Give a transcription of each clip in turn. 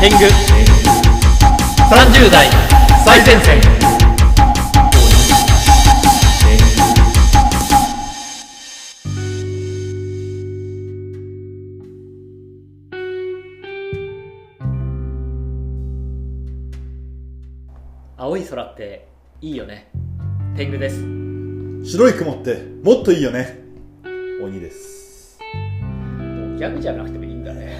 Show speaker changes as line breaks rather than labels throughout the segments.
天狗30代最前線青い空っていいよね天狗です
白い雲ってもっといいよね鬼です
もうギャグじゃなくてもいいんだね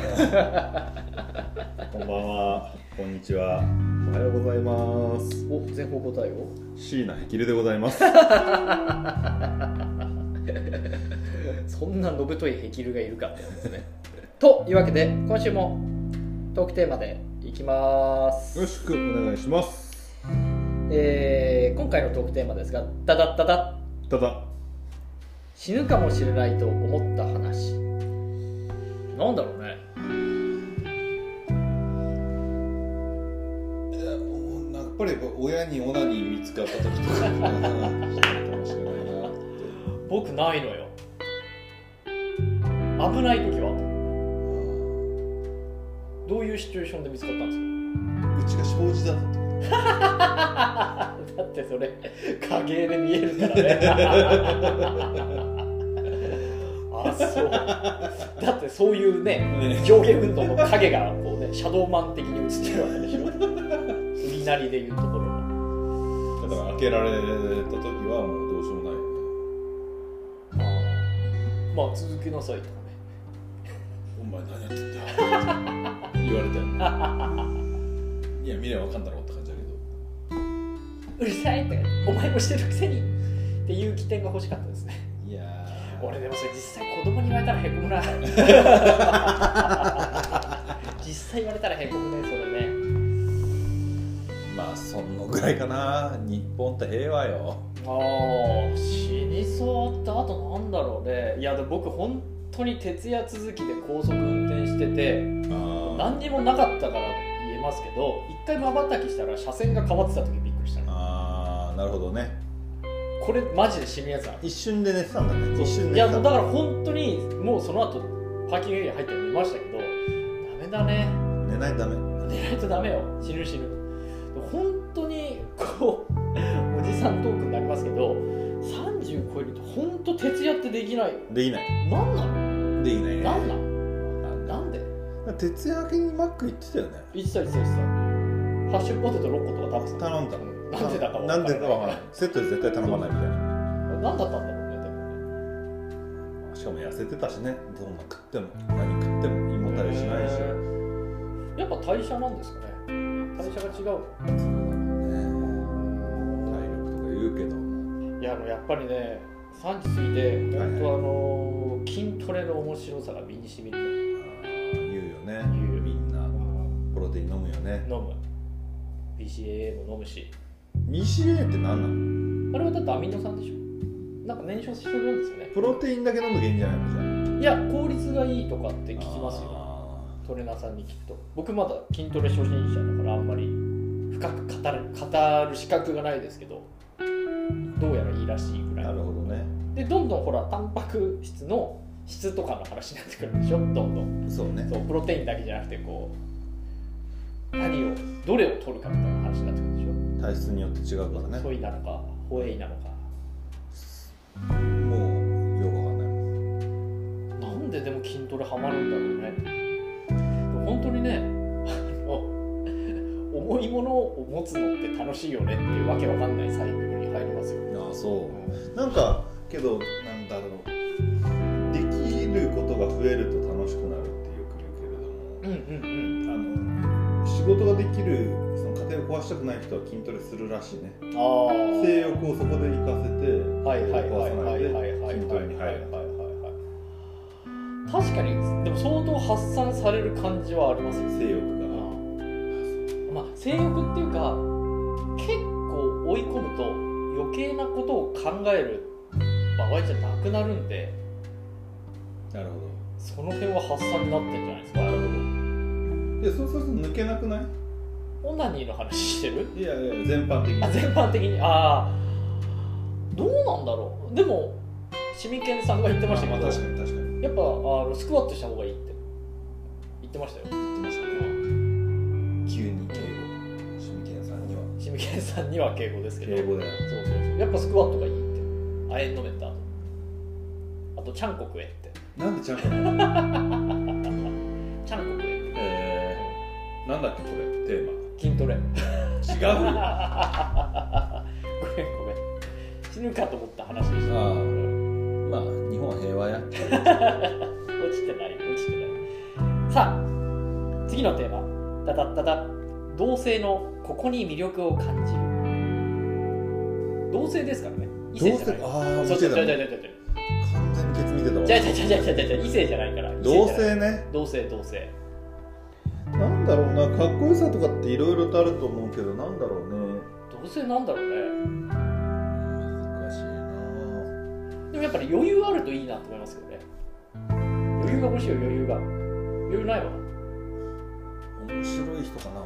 こんばんはこんにちはおはようございます
お全方向対応
椎名ヘキルでございます
そんなのぶといヘキルがいるかってやつですね。 というわけで、今週もトークテーマでいきます。
よろしくお願いします
えー今回のトークテーマですが、ダダッダダッ
ただ
死ぬかもしれないと思った話。なんだろうね。
やっぱり親にオナニー見つかった時とかかもしれないな
僕ないのよ。危ない時はどういうシチュエーションで見つかったんですか
うちが障子だった
だってそれ影で見えるからねあそう だってそういうね上下運動の影がこうねシャドーマン的に映ってるわけでしょ売りなりでいうところの
だから 開けられた時はもうどうしよう もない
まあ続けなさいとかね
お前何やってんだって言われたよねいや見ればわかんだろうって感じだ
う
けど
るさいとかお前もしてるくせにっていう起点が欲しかったですね
いやー
俺でもそれ実際子供に言われたらへこむ な実際言われたらへこむねそれね
まあそのぐらいかな日本って平和よ
ああ死にそうってあとなんだろうねいやでも僕本当に徹夜続きで高速運転してて
あ
何にもなかったから言えますけど一回まばたきしたら車線が変わってた時びっくりしたね
あーなるほどね
これマジで死ぬやつある
一瞬で寝てたんだね一
い
瞬で
や
寝て
も
た
うだから本当にもうその後パーキングエリア入って寝ましたけどダメだね
寝ないとダメ
寝ないとダメよ死ぬ死ぬでも本当にこうおじさんトークになりますけど30超えると本当徹夜ってできない
できない
なんなの
できないね
なんなんなんで
徹夜明けにマック行ってたよね
言ってた言ってた言ってたハッシュポテト6個とか食べて
頼んだ
たなんでだか
なんで
分
か
から
わ
ない
からないセットで絶対頼まないみたいな
何だったんだろうねでもね
しかも痩せてたしねどんな食っても何食っても胃もたれしないし
へーやっぱ代謝なんですかね代謝が違う
体力とか言うけど
いやあのやっぱりね3時過ぎて本当あの筋トレの面白さが身にしみる
あー言うよね
言う
みんなプロテイン飲むよね
飲む BCAA も飲むし
BCA って何な
あ
の
れはだってアミノ酸でしょなんか燃焼するんですよね
プロテインだけ飲むと原因じゃないのじゃあ
いや効率がいいとかって聞きますよ
よ
トレーナーさんに聞くと僕まだ筋トレ初心者だからあんまり深く語る語る資格がないですけどどうやらいいらしいぐら
ないるほどね
でどんどんほらタンパク質の質とかの話になってくるでしょどんどん
そうね
そうプロテインだけじゃなくてこう何をどれを取るかみたいな話になってくるでし
体質によって違うか
ょ、
らね
ソイなのかホエイなのか
もうよくわかんない
なんででも筋トレハマるんだろうねでも本当にねあの重いものを持つのって楽しいよねっていうわけわかんないサイクルに入りますよ、
ああそうなんかけどなんだろうできることが増えると楽しくなるってよく
うん、う
言うけれども
んうん
あの仕事ができるその家庭を壊したくない人は筋トレするらしいね
ああ
性欲をそこで活かせて
はいはいはいはい
壊さ
は
ない
はいはいはい
で筋トレに
はい
入る
はい確かにでも相当発散される感じはありますよね
性欲が
まあ性欲っていうか結構追い込むと余計なことを考える場合じゃなくなるんで
なるほ
その辺は発散になってんじゃないですかなる
どでそうすると抜けなくない
オナニーの話してる
いやいやいや全般的に
あ全般的にああどうなんだろうでもシミケンさんが言ってましたけ
ま
ど
あ確かに確かに
やっぱあのスクワットした方がいいって言ってましたよ
言ってましたね急に敬語シミケンさんには
シミケンさんには敬語ですけど
敬語だよ
そうそうそうやっぱスクワットがいいってあれ飲めたあとちゃんこ食えって
なんでちゃんこなの
ちゃんこ食えって
えー、なんだっけこれテー
筋トレ
マ違うよあ
ごめんごめん死ぬかと思った話でした
あ
うん
まあ日本は平和や
落ちてない落ちてないさあ次のテーマだだだだ同性のここに魅力を感じる同性ですからね異性じゃない
ああ
そ
見
うそ
て
う
た
じゃじゃ
完
じゃじゃじゃ
全にケツ見てたわ
じゃじゃじゃじゃじゃじゃじゃ異性じゃないから異性じゃな
同
い
性ね
同性同性
なんだろうなかっこよさとかっていろいろとあると思うけどなんだろうね
同性なんだろうね
難しいな
でもやっぱり余裕あるといいなと思いますけどね余裕が欲しいよ余裕が余裕ないわ
面白い人かな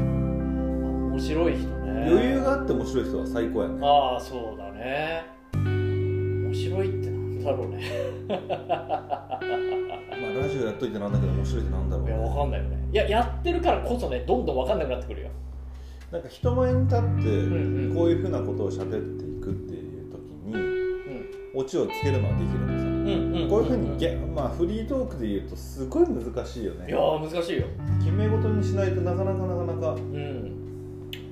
面白い人ね
俺余裕があって面白い人は最高やね
ああそうだね面白いってなんだろうね
まあラジオやっといてなんだけど面白いってなんだろう
いやわかんないよねいややってるからこそねどんどんわかんなくなってくるよ
なんか人前に
ん
立
う
っ
ん
てこういうふうなことを喋っていくっていう時に
うん
オチをつけるのはできるん
うんうん、
です
う
よ
ん、
こういうふうにギャ、まあ、フリートークで言うとすごい難しいよ
い
ね
やー難しいよ
決め事にしないとなかなかなかなか
うん本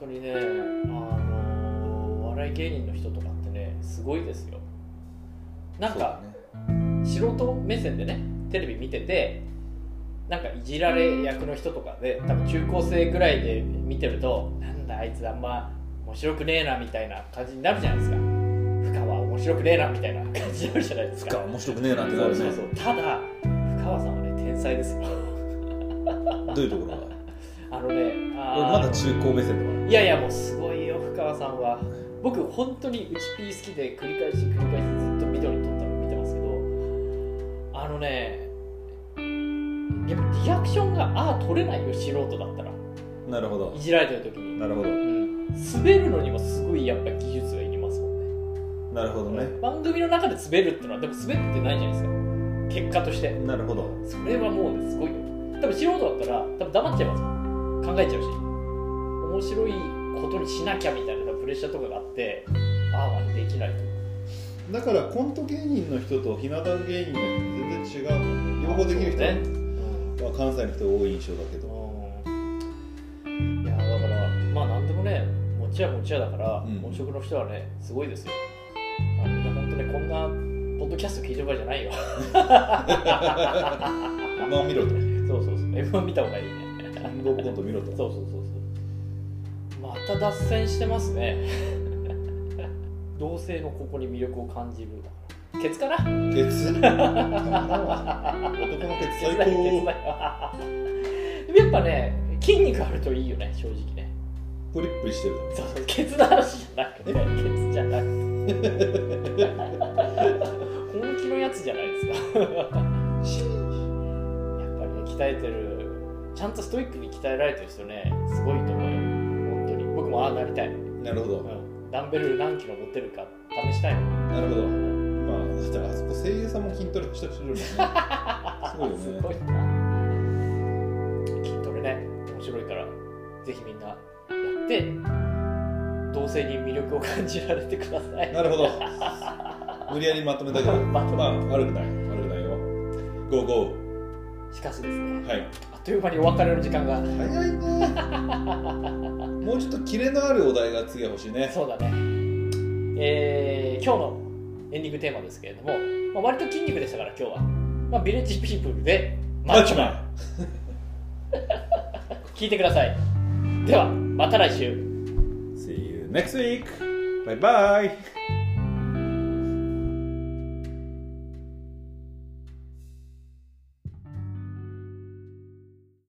当にねあのー、笑い芸人の人とかってねすごいですよなんか、素人目線でねテレビ見ててなんかいじられ役の人とかで多分中高生ぐらいで見てるとなんだあいつあんま面白くねえなみたいな感じになるじゃないですか深川面白くねえなみたいな 感じになるじゃないです
そ
か
うだね面白くねえなってな
そう
る
そうそ
ね
うただ深川さんはね天才ですよ
どういうところが
あのねあー
俺まだ中高目線とか
いやいやもうすごいよ深川さんは僕本当にうちピー好きで繰り返し繰り返しずっと緑撮ったの見てますけどあのねやっぱリアクションがああ取れないよ素人だったら
なるほど
いじられてる時に、
なるほど
うん、滑るのにもすごいやっぱ技術がいりますもん
なるほど
ね
ね
番組の中で滑るってのはでも滑ってないじゃないですか結果として
なるほど
それはもうねすごいよ多分素人だったら多分黙っちゃいますもん考えちゃうし面白いことにしなきゃみたいな多分プレッシャーとかがあってああできないと
だからコント芸人の人とひな壇芸人の人全然違うもんね両方でき
そう
る人
ね
まあ関西の人が多い印象だけど
うんいやだからまあ何でもね持ち屋持ち屋だから、
うん
本職の人はねすごいですよあのみんな本当ねこんなポッドキャスト聞いてる場合じゃないよ そうそうそう
まあ見ろと
M1 見た方がいいね
キングオブコント見ろと
そうそうそうそうまた脱線してますね同性のここに魅力を感じるだからケツかな
ケツ男のケ
ケ
ツ
ツ
最
だよケツ
高
だよでもやっぱね筋肉あるといいよね正直ね
プリップリしてる
そうそうケツの話じゃなくてケツじゃなくて本気のやつじゃないですかやっぱりね鍛えてるちゃんとストイックに鍛えられてる人ねすごいと思うよ本当に僕もああなりたい
なるほど
うんダンベル何キロ持てるか試したいもん
なるほどまあそしたらあそこ声優さんも筋トレしたりしてるもんねす ごいよ
す
ね
ごいな筋トレね面白いからぜひみんなやって同性に魅力を感じられてください
なるほど無理やりまとめたけど
まとめ
まあ悪くない悪くないよゴーゴ
しかしですね
ーはい
あっという間にお別れの時間が
早いねもうちょっとキレのあるお題が次は欲しいね
そうだねえー今日のエンディングテーマですけれども、まあ、割と筋肉でしたから今日は、まあ、ビレッジピープルで
マッチマ
ン
ン
聞いてくださいではまた来週
See you next week! Bye bye!